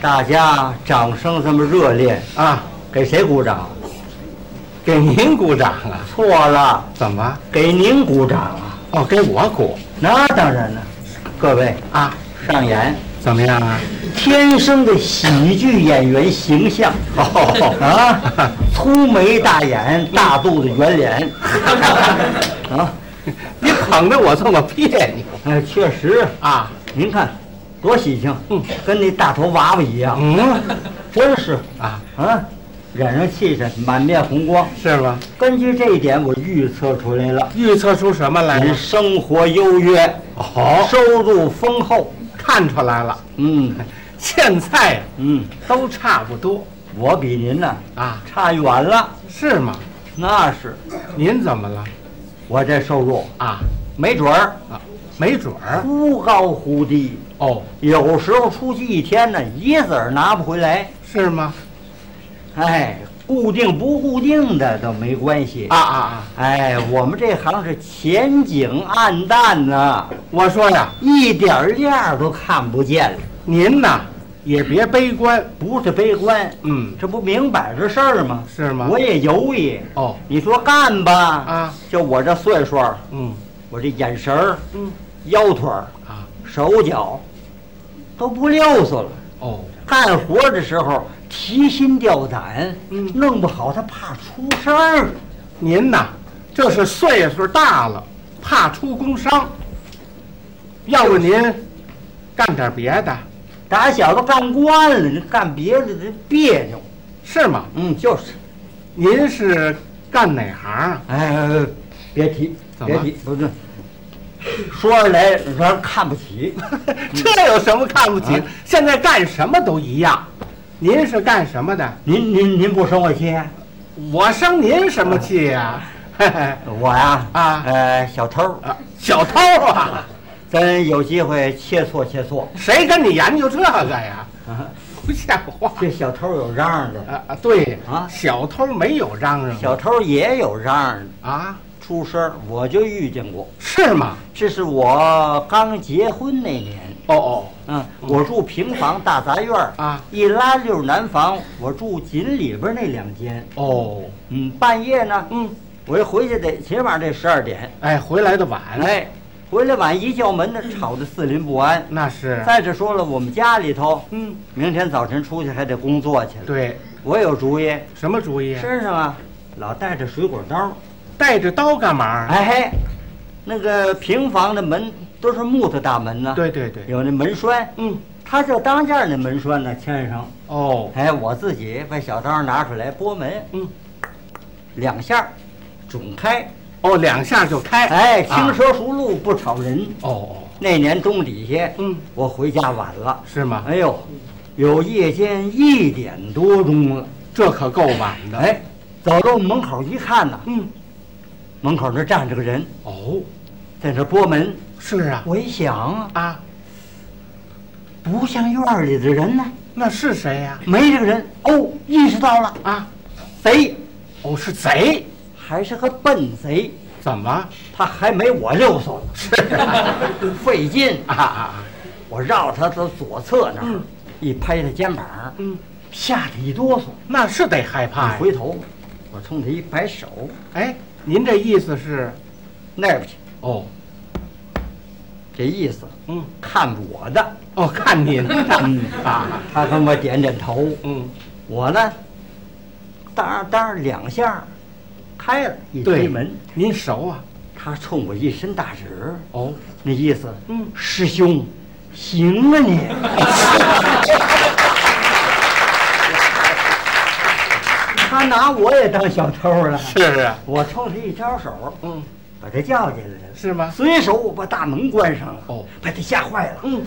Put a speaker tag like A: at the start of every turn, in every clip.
A: 大家掌声这么热烈，
B: 啊，
A: 给谁鼓掌？
B: 给您鼓掌啊？
A: 错了，
B: 怎么？
A: 给您鼓掌啊！
B: 哦，给我鼓
A: 那当然了，各位
B: 啊？
A: 上演
B: 怎么样啊？
A: 天生的喜剧演员形象
B: 哦
A: 啊，粗眉大眼，大肚子圆 脸啊，
B: 你捧得我这么别扭
A: 哎，确实，
B: 啊？
A: 您看多喜庆，
B: 嗯
A: 跟那大头娃娃一样，
B: 嗯
A: 真是
B: 啊，
A: 啊，染上气色，满面红光。
B: 是吗？
A: 根据这一点，我预测出来了，
B: 预测出什么来
A: 您
B: 了？
A: 生活优越，
B: 哦，
A: 收入丰厚，
B: 看出来了，
A: 嗯
B: 现在呀
A: 嗯，
B: 都差不多
A: 我比您呢
B: 啊？
A: 差远了，
B: 是吗？
A: 那是
B: 您怎么了
A: 我这收入
B: 啊？
A: 没准儿
B: 啊，没准儿
A: 忽高忽低，
B: 哦，
A: 有时候出去一天呢，一子儿拿不回来，
B: 是吗？
A: 哎，固定不固定的都没关系
B: 啊。啊啊！
A: 哎，我们这行是前景暗淡呐、
B: 我说呀，
A: 一点儿样儿都看不见了，
B: 您呐也别悲观，
A: 不是悲观，
B: 嗯，
A: 这不明摆着事儿吗？
B: 是吗？
A: 我也犹豫，
B: 哦
A: 你说干吧，
B: 啊，
A: 就我这岁数儿，
B: 嗯
A: 我这眼神儿、
B: 嗯
A: 腰腿儿、
B: 啊
A: 手脚都不溜索了。
B: 哦
A: 干活的时候提心吊胆，
B: 嗯
A: 弄不好他怕出事儿。
B: 您呐，这是岁数大了，怕出工伤。要不您干点别的，
A: 打小都干惯了，这干别的这别扭。
B: 是吗？
A: 嗯，就是。
B: 您是干哪行啊？
A: 哎，别提，
B: 怎
A: 别
B: 么
A: 提，不是。说出来让人看不起，
B: 这有什么看不起？
A: 啊
B: 现在干什么都一样。您是干什么的？
A: 您您您不生我气？
B: 我生您什么气呀、 嘿嘿
A: 我呀
B: 啊
A: 呃，小偷，
B: 啊？小偷啊！
A: 咱有机会切磋切磋。
B: 谁跟你研究这个呀？不像话
A: 这小偷有嚷嚷的，
B: 啊！啊对
A: 啊
B: 小偷没有嚷嚷
A: 小偷也有嚷嚷的，
B: 啊？
A: 出声儿我就遇见过。
B: 是吗？
A: 这是我刚结婚那年，
B: 哦哦
A: 嗯，我住平房大杂院儿
B: 啊
A: 一拉溜南房，我住紧里边那两间。
B: 哦，
A: 嗯，半夜呢，
B: 嗯，
A: 我一回去得起码得十二点，
B: 哎，回来的晚，，
A: 哎，回来晚一叫门呢，吵得四邻不安。
B: 那是，
A: 再者说了，我们家里头，
B: 嗯，
A: 明天早晨出去还得工作去了。
B: 对，
A: 我有主意，
B: 什么主意啊？
A: 身上啊老带着水果刀，
B: 带着刀干嘛？
A: 哎嘿，那个平房的门都是木头大门呢，，
B: 对对对，
A: 有那门栓，
B: 嗯，
A: 他就当间儿那门栓呢牵上，
B: 哦，
A: 哎，我自己把小刀拿出来拨门
B: 嗯，
A: 两下儿，准开，
B: 哦，两下就开，
A: 哎，
B: 啊
A: 轻车熟路不吵人。
B: 哦哦，
A: 那年冬底下，
B: 嗯，
A: 我回家晚了，
B: 是吗？
A: 哎呦，有夜间一点多钟了。
B: 这可够晚的，，
A: 哎，走到门口一看呐，
B: 嗯，
A: 门口那站着个人，
B: 哦，
A: 在那拨门。
B: 是啊，
A: 我一想啊，
B: 啊，
A: 不像院儿里的人呢，
B: 那是谁呀？
A: 没这个人。哦，意识到了，
B: 啊，
A: 贼，
B: 哦，是贼，
A: 还是个笨贼，
B: 怎么？
A: 他还没我溜索呢，
B: 是啊，
A: 费劲。
B: 啊啊，
A: 我绕他的左侧那儿
B: 嗯，
A: 一拍他肩膀，
B: 嗯，
A: 吓得一哆嗦。
B: 那是得害怕
A: 一
B: 呀。
A: 回头，我冲他一摆手，
B: 哎，您这意思是？
A: 那边去，
B: 哦，
A: 这意思
B: 嗯，
A: 看我的。
B: 哦，看您
A: 嗯
B: 的啊，
A: 他跟我点点头，
B: 嗯，
A: 我呢，当当两下，开了一推
B: 对，
A: 门，
B: 您熟啊？
A: 他冲我一伸大指，
B: 哦，
A: 那意思，
B: 嗯
A: 师兄，行啊你。他拿我也当小偷了，
B: 是啊，
A: 我冲他一招手，
B: 嗯，
A: 把他叫进来了，
B: 是吗？
A: 随手我把大门关上了，
B: 哦
A: 把他吓坏了。
B: 嗯，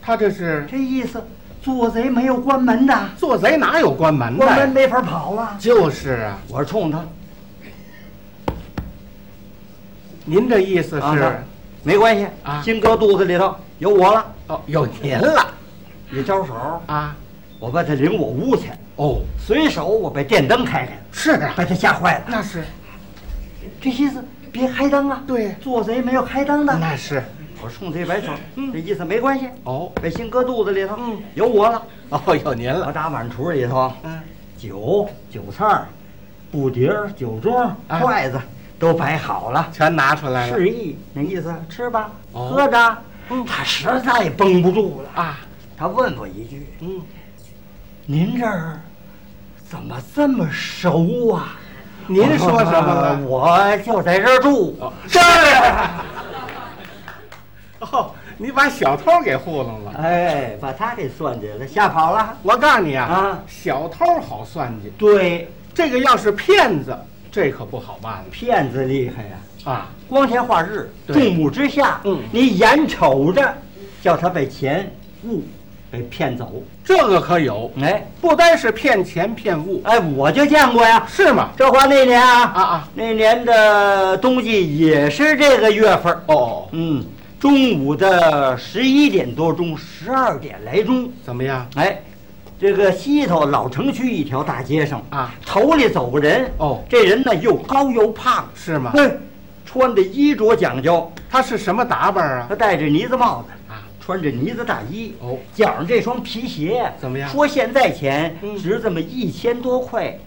B: 他这是
A: 这意思，做贼没有关门的，
B: 做贼哪有关门的
A: 关门
B: 呀？
A: 没法跑啊。
B: 就是啊，
A: 我冲他，
B: 您这意思
A: 啊
B: 是？
A: 没关系
B: 啊
A: 金哥肚子里头有我了。
B: 哦，有您了
A: 一招手，
B: 啊？
A: 我把他领我屋去，
B: 哦，
A: 随手我把电灯开开，
B: 是啊，
A: 哎把他吓坏了。
B: 那是
A: 这意思别开灯啊！
B: 对嗯
A: 做贼没有开灯的。
B: 那是，
A: 我冲这白水，
B: 嗯
A: 这意思没关系，
B: 哦，
A: 把心搁肚子里头，
B: 嗯
A: 有我了。
B: 哦，有您
A: 我。打碗橱里头，
B: 嗯，
A: 酒、酒菜儿、布碟儿、酒盅、
B: 啊
A: 筷子都摆好了，
B: 全拿出来了。
A: 示意那意思，吃吧，
B: 哦
A: 喝着。他实在绷不住了，
B: 啊，
A: 他问我一句
B: 嗯，：“
A: 您这儿怎么这么熟啊？”
B: 您说什么了？
A: 我就在这儿住
B: 哦，
A: 这儿。
B: 啊哦，你把小偷给糊弄了。
A: 哎，把他给算计了，吓跑了。
B: 我告诉你啊，
A: 啊
B: 小偷好算计，
A: 对，
B: 这个要是骗子，这可不好办了
A: 骗子厉害呀、
B: 啊。
A: 光天化日，
B: 对
A: 众目之下，
B: 嗯
A: 你眼瞅着叫他被钱物被骗走，
B: 这个可有，
A: 哎
B: 不单是骗钱骗物，
A: 哎，我就见过呀。
B: 是吗？
A: 这话那年啊，
B: 啊啊，
A: 那年的冬季也是这个月份儿，
B: 哦，
A: 嗯，中午的十一点多钟，十二点来钟，
B: 怎么样？
A: 哎，这个西头老城区一条大街上
B: 啊，
A: 头里走个人，
B: 哦啊
A: 这人呢又高又胖，
B: 是吗？
A: 哎，穿的衣着讲究，
B: 他是什么打扮啊
A: 他？戴着呢子帽子，
B: 啊，
A: 穿着呢子大衣，
B: 哦，
A: 脚上这双皮鞋
B: 怎么样
A: 说现在钱
B: 嗯
A: 值这么一千多块，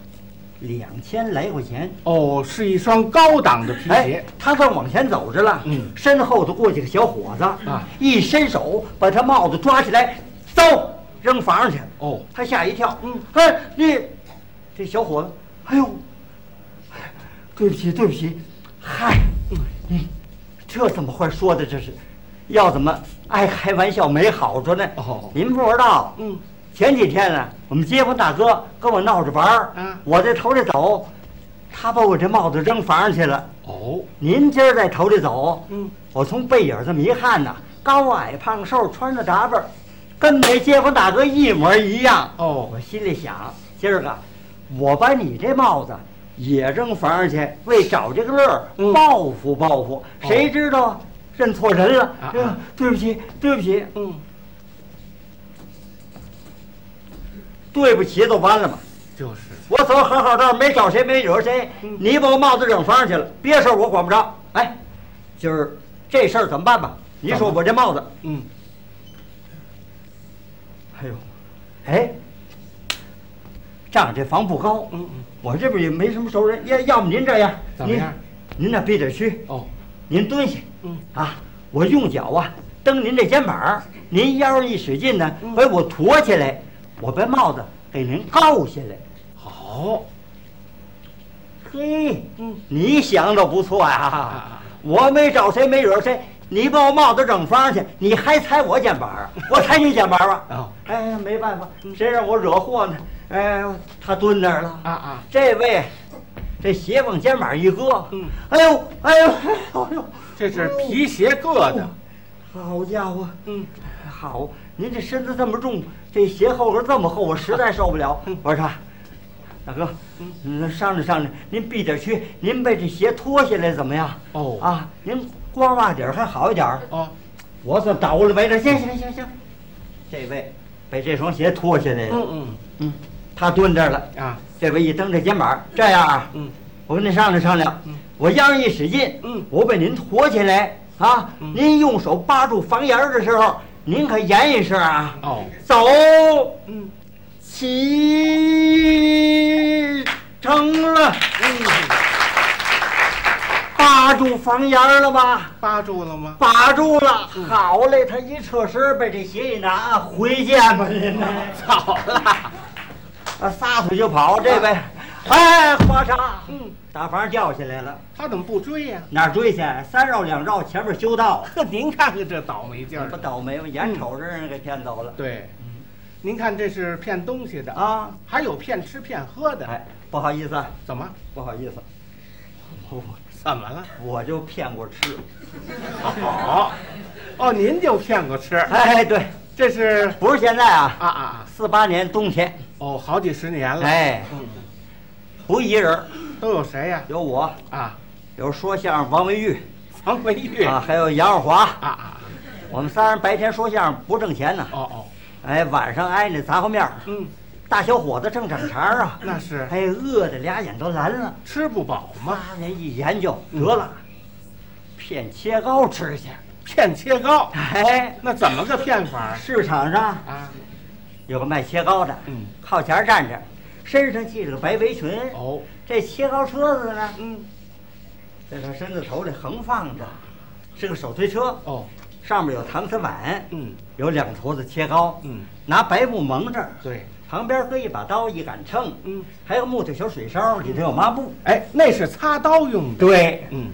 A: 两千来块钱。
B: 哦，是一双高档的皮
A: 哎
B: 鞋。，
A: 他正往前走着了，
B: 嗯
A: 身后头过去个小伙子
B: 啊
A: 一伸手把他帽子抓起来，走，扔房上去了。
B: 哦，
A: 他吓一跳，嗯，哎，这这小伙子，哎呦，哎对不起，对不起，嗨，嗯，这怎么会说的？这是，要怎么爱开玩笑没好处呢？
B: 哦
A: 您不知道，
B: 嗯，
A: 前几天呢，我们街坊大哥跟我闹着玩儿，
B: 啊
A: 我这头里走，他把我这帽子扔房上去了。
B: 哦，
A: 您今儿在头里走，
B: 嗯，
A: 我从背影这么一看呐，高矮胖瘦，穿着打扮儿，跟那街坊大哥一模一样。
B: 哦
A: 我心里想，今儿个我把你这帽子也扔房上去，为找这个乐儿、
B: 嗯哦
A: 报复报复。谁知道啊认错人了？
B: 啊
A: 哎呀对不起，对不起，
B: 嗯，
A: 对不起，就完了吧。
B: 就是。
A: 我走好好道，没找谁，没惹谁。
B: 嗯
A: 你把我帽子扔房上去了，别的事儿我管不着。哎，今儿这事儿怎么办吧？你说我这帽子，
B: 嗯，
A: 哎呦，哎，仗着这房不高，
B: 嗯嗯，
A: 我这边也没什么熟人，要要不您这样，
B: 怎么样
A: 您？您那闭着屈，
B: 哦，
A: 您蹲下，
B: 嗯
A: 啊，我用脚啊蹬您这肩膀，您腰一使劲呢，
B: 嗯
A: 把我驮起来，我把帽子给您扣下来。
B: 好，
A: 嘿，
B: 嗯，
A: 你想的不错呀、
B: 啊
A: 我没找谁，没惹谁。你把我帽子整方去，你还踩我肩膀 儿？我踩你肩膀儿吧？
B: 哦
A: 哎，没办法，谁让我惹祸呢？哎，他蹲那儿了
B: 啊啊，
A: 这位，这鞋往肩膀一搁，
B: 嗯
A: 哎呦，哎呦，哎呦，
B: 这是皮鞋硌的。
A: 好家伙，
B: 嗯，
A: 好，您这身子这么重，这鞋后跟这么厚，我实在受不了。
B: 嗯
A: 我说，大哥，嗯，商量商量，您避点屈，您把这鞋脱下来怎么样？
B: 哦
A: 啊，您光袜底儿还好一点儿。
B: 哦，
A: 我算倒了霉了，行行行行，这位把这双鞋脱下来了，
B: 嗯
A: 嗯，他蹲这儿了，
B: 嗯，啊，
A: 这位一蹬这肩膀，这样啊，
B: 嗯，
A: 我跟您商量商量，我腰一使劲，
B: 嗯
A: 我把您驮起来啊，
B: 嗯
A: 您用手扒住房檐儿的时候，您可严一声啊，
B: 哦，
A: 走，
B: 嗯
A: 启程了，
B: 嗯，
A: 扒住房檐儿了吧？
B: 扒住了吗？
A: 把住了，
B: 嗯
A: 好嘞！他一撤身，把这鞋一拿，回见吧您呐，
B: 好了，
A: 啊，撒腿就跑，这
B: 嗯
A: 位，哎，花叉，嗯，打房掉下来了，
B: 他怎么不追呀？
A: 哪儿追去？啊三绕两绕，前面修道，
B: 呵， 您看看这倒霉劲
A: 这不
B: 儿。
A: 倒霉吗？
B: 嗯
A: 眼瞅着人给骗走了
B: 对，您看这是骗东西的，
A: 啊！
B: 还有骗吃骗喝的。
A: 哎，不好意思啊，
B: 怎么？
A: 不好意思，我
B: 怎么了？
A: 我就骗过吃，
B: 好，哦，您就骗过吃，
A: 哎，对，
B: 这是
A: 不是现在啊，
B: 啊啊啊，
A: 四八年冬天，
B: 哦，好几十年了。
A: 哎，
B: 嗯，
A: 不一人儿，
B: 都有谁呀？
A: 有我，
B: 啊，
A: 有说相声王文玉
B: 王文玉。
A: 啊，
B: 啊
A: 还有杨二华。
B: 啊，
A: 我们仨人白天说相声不挣钱呢，
B: 哦哦，
A: 哎，晚上挨那杂货面儿，
B: 嗯，
A: 大小伙子正长茬儿啊，
B: 那是
A: 哎，饿的俩眼都蓝了。
B: 吃不饱
A: 妈
B: 吗？嗯
A: 那一研究，得了，骗切糕吃去，
B: 骗切糕，
A: 哎，
B: 那怎么个骗法儿
A: 市场上
B: 啊？
A: 有个卖切糕的，
B: 嗯
A: 靠前儿站着，身上系着个白围裙，
B: 哦，
A: 这切糕车子呢，嗯，在他身子头里横放着，是个手推车，
B: 哦，
A: 上面有搪瓷碗，
B: 嗯，
A: 有两坨子切糕，
B: 嗯，
A: 拿白布蒙着，
B: 对，
A: 旁边搁一把刀，一杆秤，
B: 嗯，
A: 还有木头小水烧，里头有抹布，
B: 哎，那是擦刀用的。
A: 对，
B: 嗯，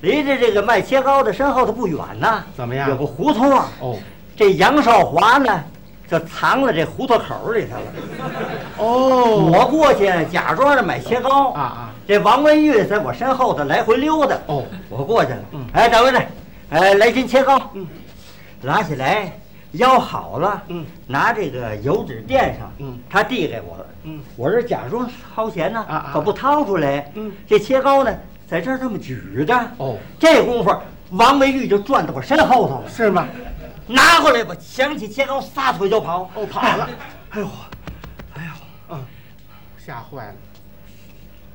A: 离着这个卖切糕的身后头不远呢，
B: 怎么样
A: 有个胡同啊，
B: 哦，
A: 这杨少华呢，就藏在这胡同口里头了。
B: 哦，
A: 我过去假装着买切糕
B: 啊啊，
A: 这王文玉在我身后头来回溜达。
B: 哦，
A: 我过去了
B: 嗯，
A: 哎，掌柜的，哎，来斤切糕，
B: 嗯，
A: 拿起来，腰好了，
B: 嗯，
A: 拿这个油纸垫上，
B: 嗯
A: 他递给我了，
B: 嗯，
A: 我这假装掏钱呢
B: 啊啊，
A: 可不掏出来，
B: 嗯
A: 这切糕呢，在这儿这么举着，
B: 哦，
A: 这功夫王文玉就转到我身后头了。
B: 是吗？
A: 拿过来吧！想起切糕，撒腿就跑。
B: 哦跑了
A: 哎呦，哎呦，
B: 嗯，吓坏了。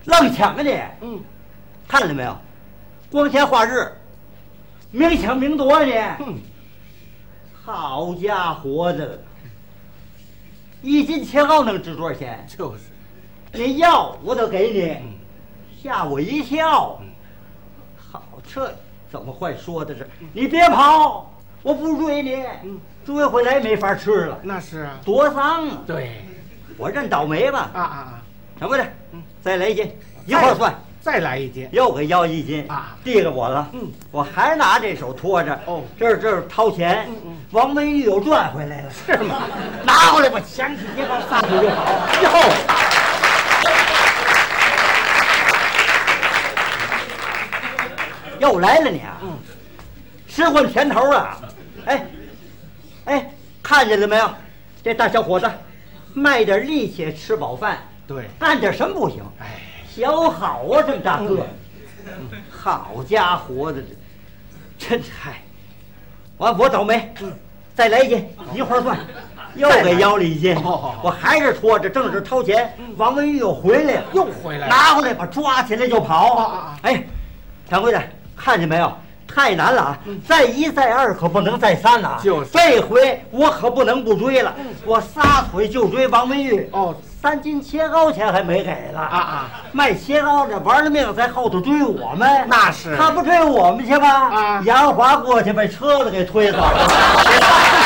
A: 愣抢啊你！
B: 嗯，
A: 看见没有？光天化日，明抢明夺啊你！
B: 哼，
A: 好家伙的，一斤切糕能值多少钱？
B: 就是，
A: 你要我都给你
B: 嗯，
A: 吓我一跳
B: 嗯。
A: 好，这怎么会说的是？你别跑，我不追你
B: 嗯，
A: 追回来没法吃了，
B: 那是啊。
A: 多脏啊！
B: 对，
A: 我认倒霉吧。
B: 啊啊啊，
A: 掌柜的
B: 嗯，
A: 再来一斤，一块儿算，
B: 再来一斤。
A: 又给要一斤
B: 啊
A: 递给我了。
B: 嗯，
A: 我还拿这手托着。
B: 哦
A: 这儿这儿掏钱。
B: 嗯嗯
A: 王文玉又赚回来了，
B: 是吗？
A: 拿回来吧，想起这个撒腿就跑。
B: 哟，
A: 又来了你啊！
B: 嗯，
A: 吃混甜头了。哎，哎，看见了没有？这大小伙子，卖点力气吃饱饭，
B: 对，
A: 干点什么不行？
B: 哎，
A: 小好啊，这么大个，
B: 嗯
A: 好家伙的，这真嗨！完我倒霉，
B: 嗯
A: 再来一斤，一会儿
B: 哦
A: 算，又给腰里一斤，
B: 好好好
A: 我还是拖着，正是掏钱，王文玉又回来了，
B: 嗯又回来了
A: 拿回来吧，抓起来就
B: 啊
A: 跑
B: 啊啊。
A: 哎，掌柜的，看见没有？太难了啊！再一再二可不能再三了啊！
B: 嗯就是嗯
A: 这回我可不能不追了，我撒腿就追王文玉。
B: 哦，
A: 三斤切糕钱还没给呢
B: 啊啊！
A: 卖切糕的玩了命在后头追我们，
B: 那是
A: 他不追我们去吗？
B: 啊
A: 杨华过去把车子给推走了。